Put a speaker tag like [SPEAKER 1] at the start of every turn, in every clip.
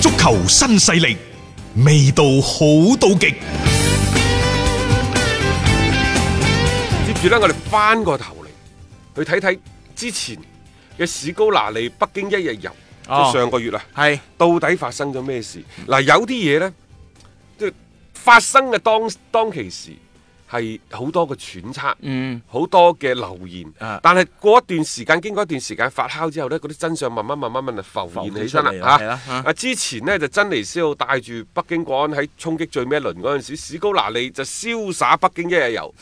[SPEAKER 1] 足球新勢力，味道好到極。
[SPEAKER 2] 接住呢，我哋翻個頭嚟去睇睇之前嘅史高拿利北京一日遊，
[SPEAKER 3] 哦
[SPEAKER 2] 即係上個月啊啦，
[SPEAKER 3] 係
[SPEAKER 2] 到底發生咗咩事？嗱，有啲嘢呢，即係發生嘅當當其時係好多嘅揣測，
[SPEAKER 3] 嗯
[SPEAKER 2] 好多嘅流言，
[SPEAKER 3] 啊
[SPEAKER 2] 但係過一段時間，經過一段時間發酵之後呢，嗰啲真相慢慢慢慢慢慢浮現起身
[SPEAKER 3] 浮現出嚟啦
[SPEAKER 2] 啦
[SPEAKER 3] 係
[SPEAKER 2] 嚇
[SPEAKER 3] 啦嚇
[SPEAKER 2] 啊，之前呢，就珍妮斯奧帶住北京國安喺衝擊最尾一輪嗰陣時，史高拿利就瀟灑北京一日遊。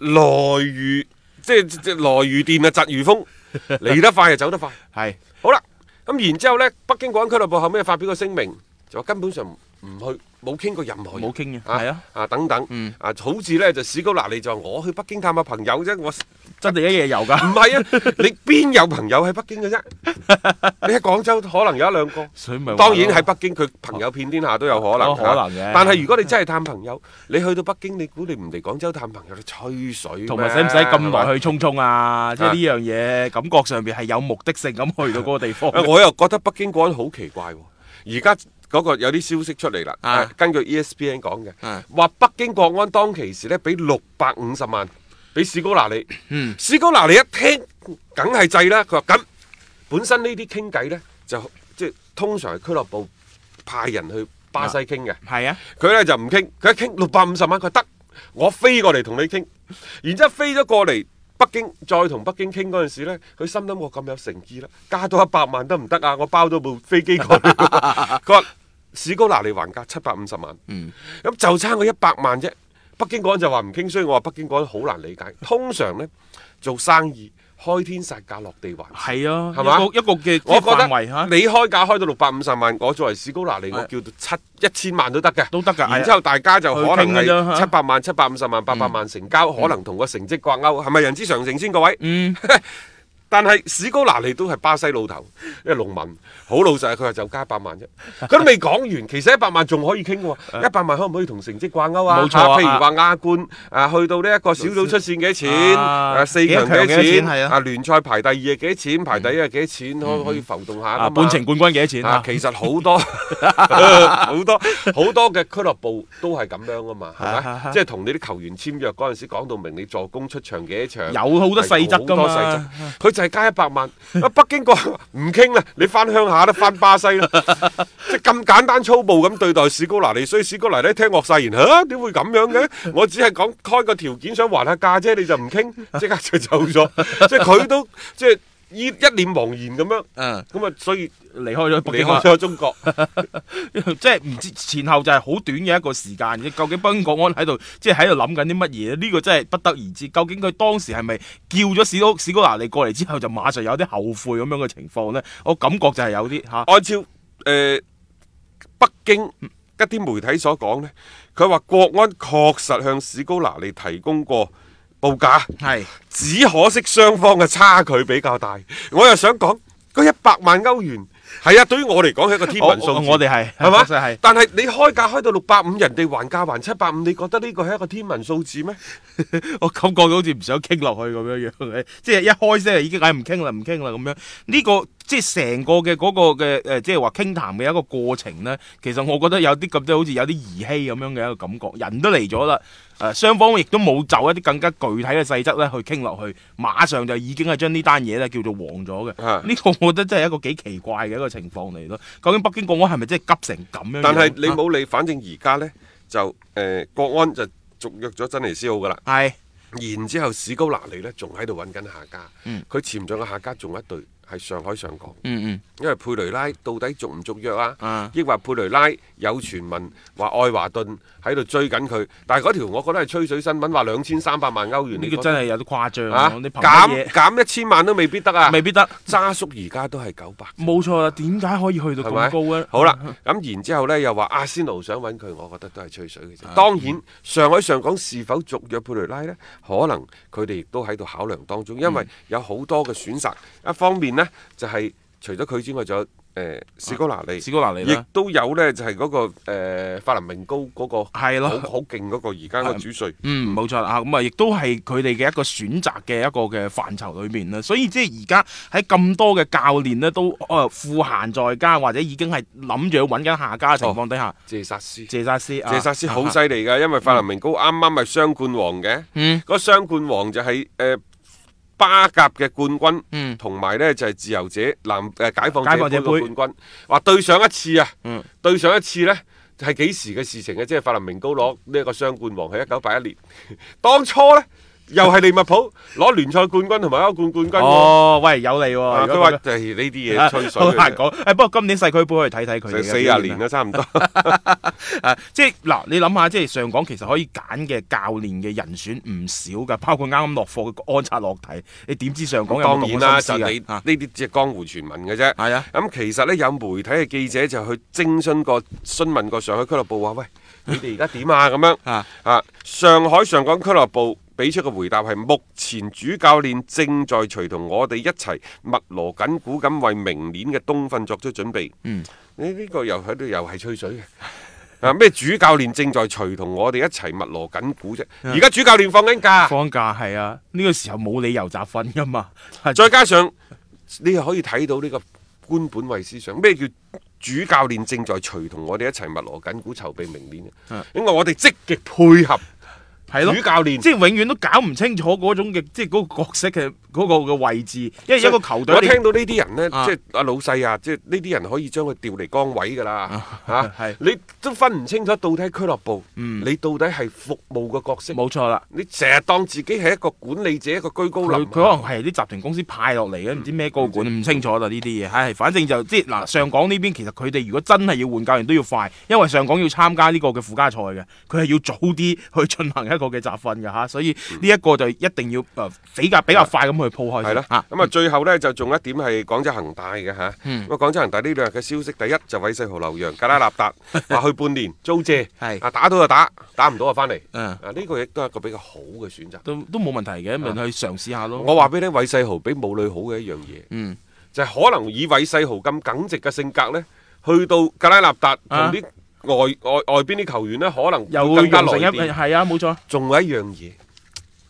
[SPEAKER 2] 來如即係即係來如電啊，疾如風，嚟得快就走得快。
[SPEAKER 3] 係
[SPEAKER 2] 好啦，咁然之後呢，北京國安俱樂部後尾發表個聲明，就話根本上唔唔去，冇傾過任何嘢，
[SPEAKER 3] 冇傾嘅係啊
[SPEAKER 2] 啊等等，
[SPEAKER 3] 嗯
[SPEAKER 2] 啊好似呢，就史高拿利就話我去北京探下朋友啫，我唔
[SPEAKER 3] 真係一夜遊㗎，
[SPEAKER 2] 係啊， 你邊有朋友喺北 京嘅啫？你喺廣州可能有一兩個。
[SPEAKER 3] 所以咪話咯
[SPEAKER 2] 當然喺北京，佢朋友遍天下都有可能㗎。
[SPEAKER 3] 哦可能嘅
[SPEAKER 2] 但係如果你真係探朋友，你去到北京，你估你唔嚟廣州探朋友，你吹水咩
[SPEAKER 3] 同埋使唔使咁
[SPEAKER 2] 係咪
[SPEAKER 3] 耐去沖沖啊？即係呢樣嘢感覺上邊係有目的性咁去到嗰個地 方。
[SPEAKER 2] 啊 我又覺得北京國安好奇怪喎、而家嗰個有啲消息出嚟啦、
[SPEAKER 3] 啊
[SPEAKER 2] 誒根據 E ESPN 講嘅
[SPEAKER 3] 啊，
[SPEAKER 2] 話、北京國安當其時咧俾六百五十萬俾史高拿利，
[SPEAKER 3] 嗯
[SPEAKER 2] 史高拿利一聽梗係制啦，佢話咁本身呢啲傾偈呢，就即係通常係俱樂部派人去巴西傾嘅。
[SPEAKER 3] 係啊，
[SPEAKER 2] 佢咧就唔傾，佢一傾六百五十蚊，佢得我飛過嚟同你傾，然之後飛咗過嚟北京，再同北京傾嗰陣時咧，佢心諗我咁有誠意啦，加多一百萬得唔得啊？我包咗部飛機過嚟，佢話史高拿利還價七百五十萬，咁、就差我一百萬啫。北京嗰人就話唔傾，所以我話北京嗰人好難理解。通常呢，做生意開天殺價落地還錢。
[SPEAKER 3] 係啊，
[SPEAKER 2] 係嘛
[SPEAKER 3] 一個一個嘅
[SPEAKER 2] 我覺得
[SPEAKER 3] 範圍嚇，
[SPEAKER 2] 你開價開到六百五十萬，我作為史高拿利，我叫到七一千萬都得嘅，
[SPEAKER 3] 都得㗎啊
[SPEAKER 2] 然之後大家就可能
[SPEAKER 3] 去傾㗎啫
[SPEAKER 2] 係
[SPEAKER 3] 嚇
[SPEAKER 2] 七百萬、七百五十萬、八百萬成交，可能同個成績掛鈎，係咪人之常情先？各位，
[SPEAKER 3] 嗯
[SPEAKER 2] 但係史高拿利都係巴西老頭，因為農民好老實，佢話就加一百 萬啫。佢都未講完，其實一百萬仲可以傾喎，一百萬可唔可以同成績掛鈎啊？
[SPEAKER 3] 啊冇錯啊
[SPEAKER 2] 譬如話亞冠啊，去到呢一個小組出線幾多錢？
[SPEAKER 3] 啊
[SPEAKER 2] 啊，四強
[SPEAKER 3] 幾
[SPEAKER 2] 幾多
[SPEAKER 3] 多強幾多錢
[SPEAKER 2] 錢？
[SPEAKER 3] 係啊
[SPEAKER 2] 啊，聯賽排第二係幾多錢？排第一係幾多錢？可可以浮動下㗎
[SPEAKER 3] 啊，
[SPEAKER 2] 嘛
[SPEAKER 3] 半程冠軍幾多錢
[SPEAKER 2] 啊
[SPEAKER 3] 啊，？
[SPEAKER 2] 其實好 多好多好多嘅俱樂部都係咁樣噶 嘛，係
[SPEAKER 3] 係係
[SPEAKER 2] 咪？
[SPEAKER 3] 係
[SPEAKER 2] 即係同你啲球員簽約嗰陣時講到明，你助攻出場幾多場，
[SPEAKER 3] 有好多細則
[SPEAKER 2] 有
[SPEAKER 3] 㗎嘛
[SPEAKER 2] 好多細則佢就係加一百 萬。啊，北京個唔傾啦，你翻鄉下啦，翻巴西啦， 即係咁簡單粗暴咁對待史高拿利，所以史高拿利聽惡晒言嚇，點會咁 樣嘅？我只係講開個條件想還下價啫，你就唔傾，即刻就走咗。即係佢都即係一一臉茫然咁樣。
[SPEAKER 3] 嗯，
[SPEAKER 2] 咁啊，所以。
[SPEAKER 3] 離開 咗北
[SPEAKER 2] 離
[SPEAKER 3] 京啦
[SPEAKER 2] 開咗中國，
[SPEAKER 3] 即係唔知前後就係好短嘅一個時間啫。究竟北京國安喺度即係喺度諗緊啲乜嘢？呢、個真係不得而知。究竟佢當時係咪叫咗史高史高拿利過嚟之後，就馬上有啲後悔咁樣嘅情況呢？我感覺就係有啲嚇，
[SPEAKER 2] 按照誒、呃北京一啲媒體所講呢，佢話國安確實向史高拿利提供過報價，
[SPEAKER 3] 係
[SPEAKER 2] 只可惜雙方嘅差距比較大。我又想講嗰一百萬歐元，係啊，對於我嚟講係一個天
[SPEAKER 3] 我
[SPEAKER 2] 文數字。
[SPEAKER 3] 我哋係
[SPEAKER 2] 係嘛？
[SPEAKER 3] 確實係
[SPEAKER 2] 但係你開價開到六百五，人哋還價還七百五，你覺得呢個係一個天文數字咩？
[SPEAKER 3] 我感覺好似唔想傾落去咁樣樣，即係一開聲就已經唉唔傾啦，唔傾啦咁樣。呢、個即係成個嘅嗰個嘅誒，即係話傾談嘅一個過程呢。其實我覺得有啲咁即好似有啲兒戲咁樣嘅一個感覺。人都嚟咗啦，誒、雙方亦都冇就一啲更加具體嘅細則咧去傾落去，馬上就已經係將呢單嘢咧叫做黃咗嘅。
[SPEAKER 2] 啊
[SPEAKER 3] 呢、個我覺得真係一個幾奇怪嘅一個情況嚟咯。究竟北京國安係咪真係急成咁樣樣？
[SPEAKER 2] 但係你
[SPEAKER 3] 啊
[SPEAKER 2] 冇理，反正而家呢，就誒、呃、國安就續約咗珍妮斯奧噶啦。
[SPEAKER 3] 係
[SPEAKER 2] 然之後史高拿利呢，仲喺度揾緊下家，佢、潛在嘅下家仲有一隊係上海上港，
[SPEAKER 3] 嗯
[SPEAKER 2] 因為佩雷拉到底續唔續約啊？
[SPEAKER 3] 嗯啊，
[SPEAKER 2] 抑或佩雷拉有傳聞話愛華頓喺度追緊佢，但係嗰條我覺得係吹水新聞，話兩千三百萬歐元，
[SPEAKER 3] 呢
[SPEAKER 2] 你
[SPEAKER 3] 個
[SPEAKER 2] 覺
[SPEAKER 3] 真
[SPEAKER 2] 得
[SPEAKER 3] 係有啲誇張
[SPEAKER 2] 啊
[SPEAKER 3] 啊！你憑乜
[SPEAKER 2] 減減一千萬都未必得啊
[SPEAKER 3] 嘢？！未必得，
[SPEAKER 2] 渣叔而家都係九百，
[SPEAKER 3] 冇錯啦。點解可以去到
[SPEAKER 2] 係咪
[SPEAKER 3] 咁高咧？
[SPEAKER 2] 好啦，
[SPEAKER 3] 嗯
[SPEAKER 2] 咁然之後呢，又話阿仙奴想揾佢，我覺得都係吹水嘅
[SPEAKER 3] 啊
[SPEAKER 2] 啫。當
[SPEAKER 3] 嗯
[SPEAKER 2] 然，上海上港是否續約佩雷拉呢？可能佢哋亦都喺度考量當中，因為
[SPEAKER 3] 嗯
[SPEAKER 2] 有好多嘅選擇。一方面呢，就係、除咗佢之外，仲有誒史高拿利。
[SPEAKER 3] 啊嗯史高拿利
[SPEAKER 2] 亦
[SPEAKER 3] 啦，
[SPEAKER 2] 都有呢，就係、嗰、個、呃、法林明高嗰、個
[SPEAKER 3] 啊係
[SPEAKER 2] 好
[SPEAKER 3] 咯。
[SPEAKER 2] 好勁嗰個而家個主帥。
[SPEAKER 3] 嗯，冇錯啦，啊咁啊，亦都係佢哋嘅一個選擇嘅一個嘅範疇裏面啦，所以即係而家喺咁多嘅教練呢，都誒賦閒在家，或者已經係諗住去揾緊下家嘅情況底下，
[SPEAKER 2] 謝薩斯，
[SPEAKER 3] 嗯謝薩斯，啊
[SPEAKER 2] 哦謝薩斯好犀，利㗎，因為法林明高啱啱係雙冠王嘅，
[SPEAKER 3] 嗯
[SPEAKER 2] 嗰雙冠王就係、呃巴甲嘅冠軍。
[SPEAKER 3] 嗯，
[SPEAKER 2] 同埋呢就係、自由者南誒、呃解放
[SPEAKER 3] 解放
[SPEAKER 2] 者
[SPEAKER 3] 者
[SPEAKER 2] 杯嘅冠軍，話對上一次啊，
[SPEAKER 3] 嗯
[SPEAKER 2] 對上一次呢係幾時嘅事情嘅？即係法林明高攞呢一個雙冠王係一九八一年， 當初呢又係利物 浦攞聯賽冠軍同埋歐冠冠軍喎。
[SPEAKER 3] 哦，喂，有你
[SPEAKER 2] 啊
[SPEAKER 3] 喎，
[SPEAKER 2] 佢
[SPEAKER 3] 如果
[SPEAKER 2] 話
[SPEAKER 3] 咁樣
[SPEAKER 2] 就係呢啲
[SPEAKER 3] 啊
[SPEAKER 2] 嘢吹水
[SPEAKER 3] 好難
[SPEAKER 2] 嘅啫，
[SPEAKER 3] 講，誒不過今年世俱杯可以睇睇佢
[SPEAKER 2] 成
[SPEAKER 3] 哋
[SPEAKER 2] 四廿年啊啦，差唔多。
[SPEAKER 3] 誒，啊即係嗱，你諗下，即係上港其實可以揀嘅教練嘅人選唔少噶，包括啱啱落課嘅安察洛提，你點知上港有
[SPEAKER 2] 當
[SPEAKER 3] 冇
[SPEAKER 2] 然
[SPEAKER 3] 咁
[SPEAKER 2] 啦，
[SPEAKER 3] 嘅
[SPEAKER 2] 就
[SPEAKER 3] 心思
[SPEAKER 2] 你
[SPEAKER 3] 㗎
[SPEAKER 2] 呢
[SPEAKER 3] 啊
[SPEAKER 2] 啲只係江湖傳聞嘅啫。
[SPEAKER 3] 係啊，
[SPEAKER 2] 咁其實呢，有媒體嘅記者就去徵詢過、詢問過上海俱樂部話： 喂，你哋而家點啊？咁樣
[SPEAKER 3] 啊
[SPEAKER 2] 啊，上海上港俱樂部俾出嘅回答係：目前主教練正在隨同我哋一齊密鑼緊鼓咁為明年嘅冬訓作出準備。
[SPEAKER 3] 嗯，
[SPEAKER 2] 呢呢個又喺度又係吹水嘅。啊！咩主教練正在隨同我哋一齊密鑼緊鼓啫。
[SPEAKER 3] 啊
[SPEAKER 2] 而家主教練放緊假。
[SPEAKER 3] 放假係啊，呢、個時候冇理由集訓噶嘛。
[SPEAKER 2] 再加上你又可以睇到呢個官本位思想，咩叫主教練正在隨同我哋一齊密鑼緊鼓籌備明年
[SPEAKER 3] 嗯
[SPEAKER 2] 因為我哋積極配合
[SPEAKER 3] 係咯
[SPEAKER 2] 主，教練，
[SPEAKER 3] 即係永遠都搞唔清楚嗰種嘅，即係嗰個角色嘅嗰、個嘅位置，因為一個球隊
[SPEAKER 2] 我
[SPEAKER 3] 你
[SPEAKER 2] 聽到呢啲人呢，
[SPEAKER 3] 啊
[SPEAKER 2] 即係阿老細啊，即係呢啲人可以將佢調離崗位㗎啦嚇
[SPEAKER 3] 啊 係，
[SPEAKER 2] 你都分唔清楚到底俱樂部，
[SPEAKER 3] 嗯
[SPEAKER 2] 你到底係服務嘅角色，
[SPEAKER 3] 冇錯啦。
[SPEAKER 2] 你成日當自己係一個管理者，一個居高啊嗯
[SPEAKER 3] 佢
[SPEAKER 2] 臨
[SPEAKER 3] 佢可
[SPEAKER 2] 下。
[SPEAKER 3] 能係啲集團公司派落嚟嘅，唔知咩高管，唔清楚啦呢啲嘢。唉，反正就即係嗱，上港呢邊其實佢哋如果真係要換教練都要快，因為上港要參加呢個嘅附加賽嘅，佢係要早啲去進行一個嘅集訓嘅嚇，所以呢一個就一定要誒比較比較快咁去鋪開
[SPEAKER 2] 嗯
[SPEAKER 3] 先。
[SPEAKER 2] 係啦，
[SPEAKER 3] 嚇
[SPEAKER 2] 咁啊，最後呢，就仲有一點係廣州恒大嘅嚇，咁啊
[SPEAKER 3] 嗯
[SPEAKER 2] 廣州恒大呢兩日嘅消息，第一就韋世豪留洋，格拉納 達話去半年租借，
[SPEAKER 3] 係
[SPEAKER 2] 啊打到就打，打唔到就翻嚟，
[SPEAKER 3] 嗯
[SPEAKER 2] 啊呢個亦都係一個比較好嘅選擇。
[SPEAKER 3] 都都冇問題嘅，咪去嘗試下咯。
[SPEAKER 2] 啊我話俾你聽，韋世豪比武磊好嘅一樣嘢，
[SPEAKER 3] 嗯
[SPEAKER 2] 就係可能以韋世豪咁耿直嘅性格呢，去到格拉納達同
[SPEAKER 3] 啊
[SPEAKER 2] 啲外外外邊啲球員呢，可能
[SPEAKER 3] 又
[SPEAKER 2] 會
[SPEAKER 3] 會
[SPEAKER 2] 更加
[SPEAKER 3] 融
[SPEAKER 2] 來
[SPEAKER 3] 成一
[SPEAKER 2] 電。
[SPEAKER 3] 係啊，冇錯，
[SPEAKER 2] 仲有一樣嘢，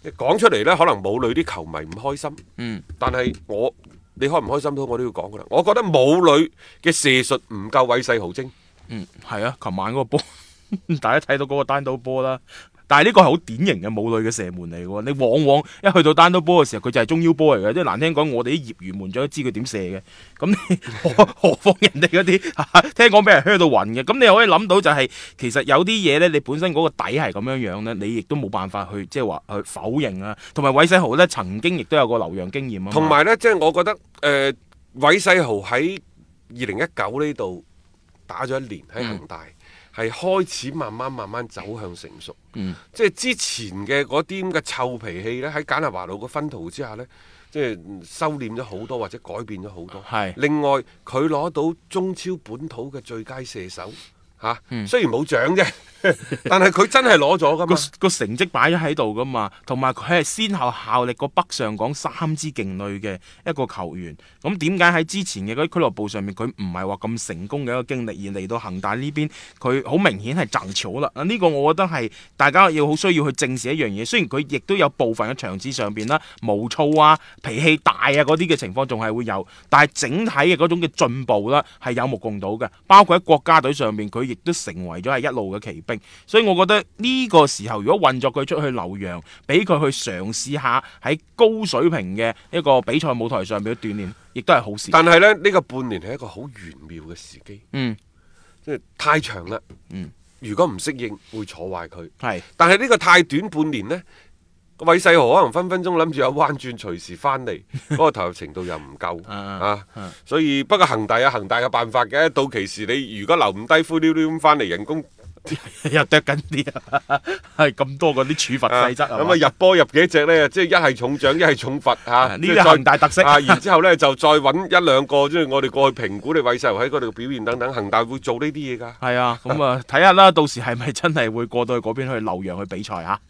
[SPEAKER 2] 你講出嚟呢，可能武磊啲球迷唔開心。
[SPEAKER 3] 嗯
[SPEAKER 2] 但係我你開唔開心都好，我都要講噶啦。我覺得武磊嘅射術唔夠韋世豪精，
[SPEAKER 3] 嗯，係啊，琴晚嗰個波， 大家睇到嗰個單刀波啦。但係呢個係好典型嘅武磊嘅射門嚟嘅喎，你往往一去到單刀波嘅時候，佢就係中腰波嚟嘅，即係難聽講，我哋啲業餘門將都知佢點射嘅，咁你 何何況人哋嗰啲 啊聽講俾人 hurt 到暈嘅，咁你可以諗到就係、其實有啲嘢呢，你本身嗰個底係咁樣樣呢，你亦都冇辦法去即係話去否認啊。同埋韋世豪呢，曾經亦都有個留洋經驗啊嘛，
[SPEAKER 2] 同埋呢，即係我覺得誒韋、世豪喺二零一九呢度打咗一年喺恒大，係、開始慢慢慢慢走向成熟。
[SPEAKER 3] 嗯
[SPEAKER 2] 即係之前嘅嗰啲咁嘅臭脾氣呢，喺簡拿華路嘅薰陶之下呢，即係收斂咗好多，或者改變咗好多。
[SPEAKER 3] 係
[SPEAKER 2] 另外，佢攞到中超本土嘅最佳射手嚇，
[SPEAKER 3] 嗯
[SPEAKER 2] 雖然冇獎啫， 但係佢真係攞咗噶
[SPEAKER 3] 個
[SPEAKER 2] 嘛。
[SPEAKER 3] 個成績擺咗喺度噶嘛，同埋佢係先後效力過北上港三支勁旅嘅一個球員。咁點解喺之前嘅嗰啲俱樂部上面，佢唔係話咁成功嘅一個經歷，而嚟到恒大呢邊，佢好明顯係掙潮啦。啊呢、個我覺得係大家要好需要去正視一樣嘢。雖然佢亦都有部分嘅場次上邊啦，毛躁啊、脾氣大啊嗰啲嘅情況仲係會有，但係整體嘅嗰種嘅進步啦係有目共睹嘅。包括喺國家隊上面，佢亦都成為咗係一路嘅奇兵。所以我覺得呢個時候，如果運作佢出去留洋，俾佢去嘗試下喺高水平嘅一個比賽舞台上面去鍛鍊，亦都係好事。
[SPEAKER 2] 但係呢，呢、個半年係一個好玄妙嘅時機，
[SPEAKER 3] 嗯，
[SPEAKER 2] 即係太長啦。
[SPEAKER 3] 嗯，
[SPEAKER 2] 如果唔適應，會坐壞佢。
[SPEAKER 3] 係
[SPEAKER 2] 但係呢個太短半年呢，韋世豪可能分分鐘諗住有彎轉，隨時翻 嚟，嗰個投入程度又唔夠
[SPEAKER 3] 啊
[SPEAKER 2] 啊
[SPEAKER 3] 啊，
[SPEAKER 2] 所以不過恒大有恒大嘅辦法嘅，到期時你如果留唔低灰溜溜咁翻嚟，人工
[SPEAKER 3] 又剁緊啲啊，係咁多嗰啲處罰
[SPEAKER 2] 啊
[SPEAKER 3] 細則係嘛
[SPEAKER 2] 咁啊入波入幾隻呢？即係一係重獎，一係重罰嚇，
[SPEAKER 3] 啊呢
[SPEAKER 2] 即係
[SPEAKER 3] 啲
[SPEAKER 2] 再
[SPEAKER 3] 恒大特色
[SPEAKER 2] 啊，然之後呢，就再揾一兩個，即係我哋過去評估你韋世豪喺嗰度嘅表現等等，恒大會做呢啲嘢㗎。
[SPEAKER 3] 係啊，咁啊睇下啦，到時係咪真係會過到去嗰邊去留洋去比賽嚇？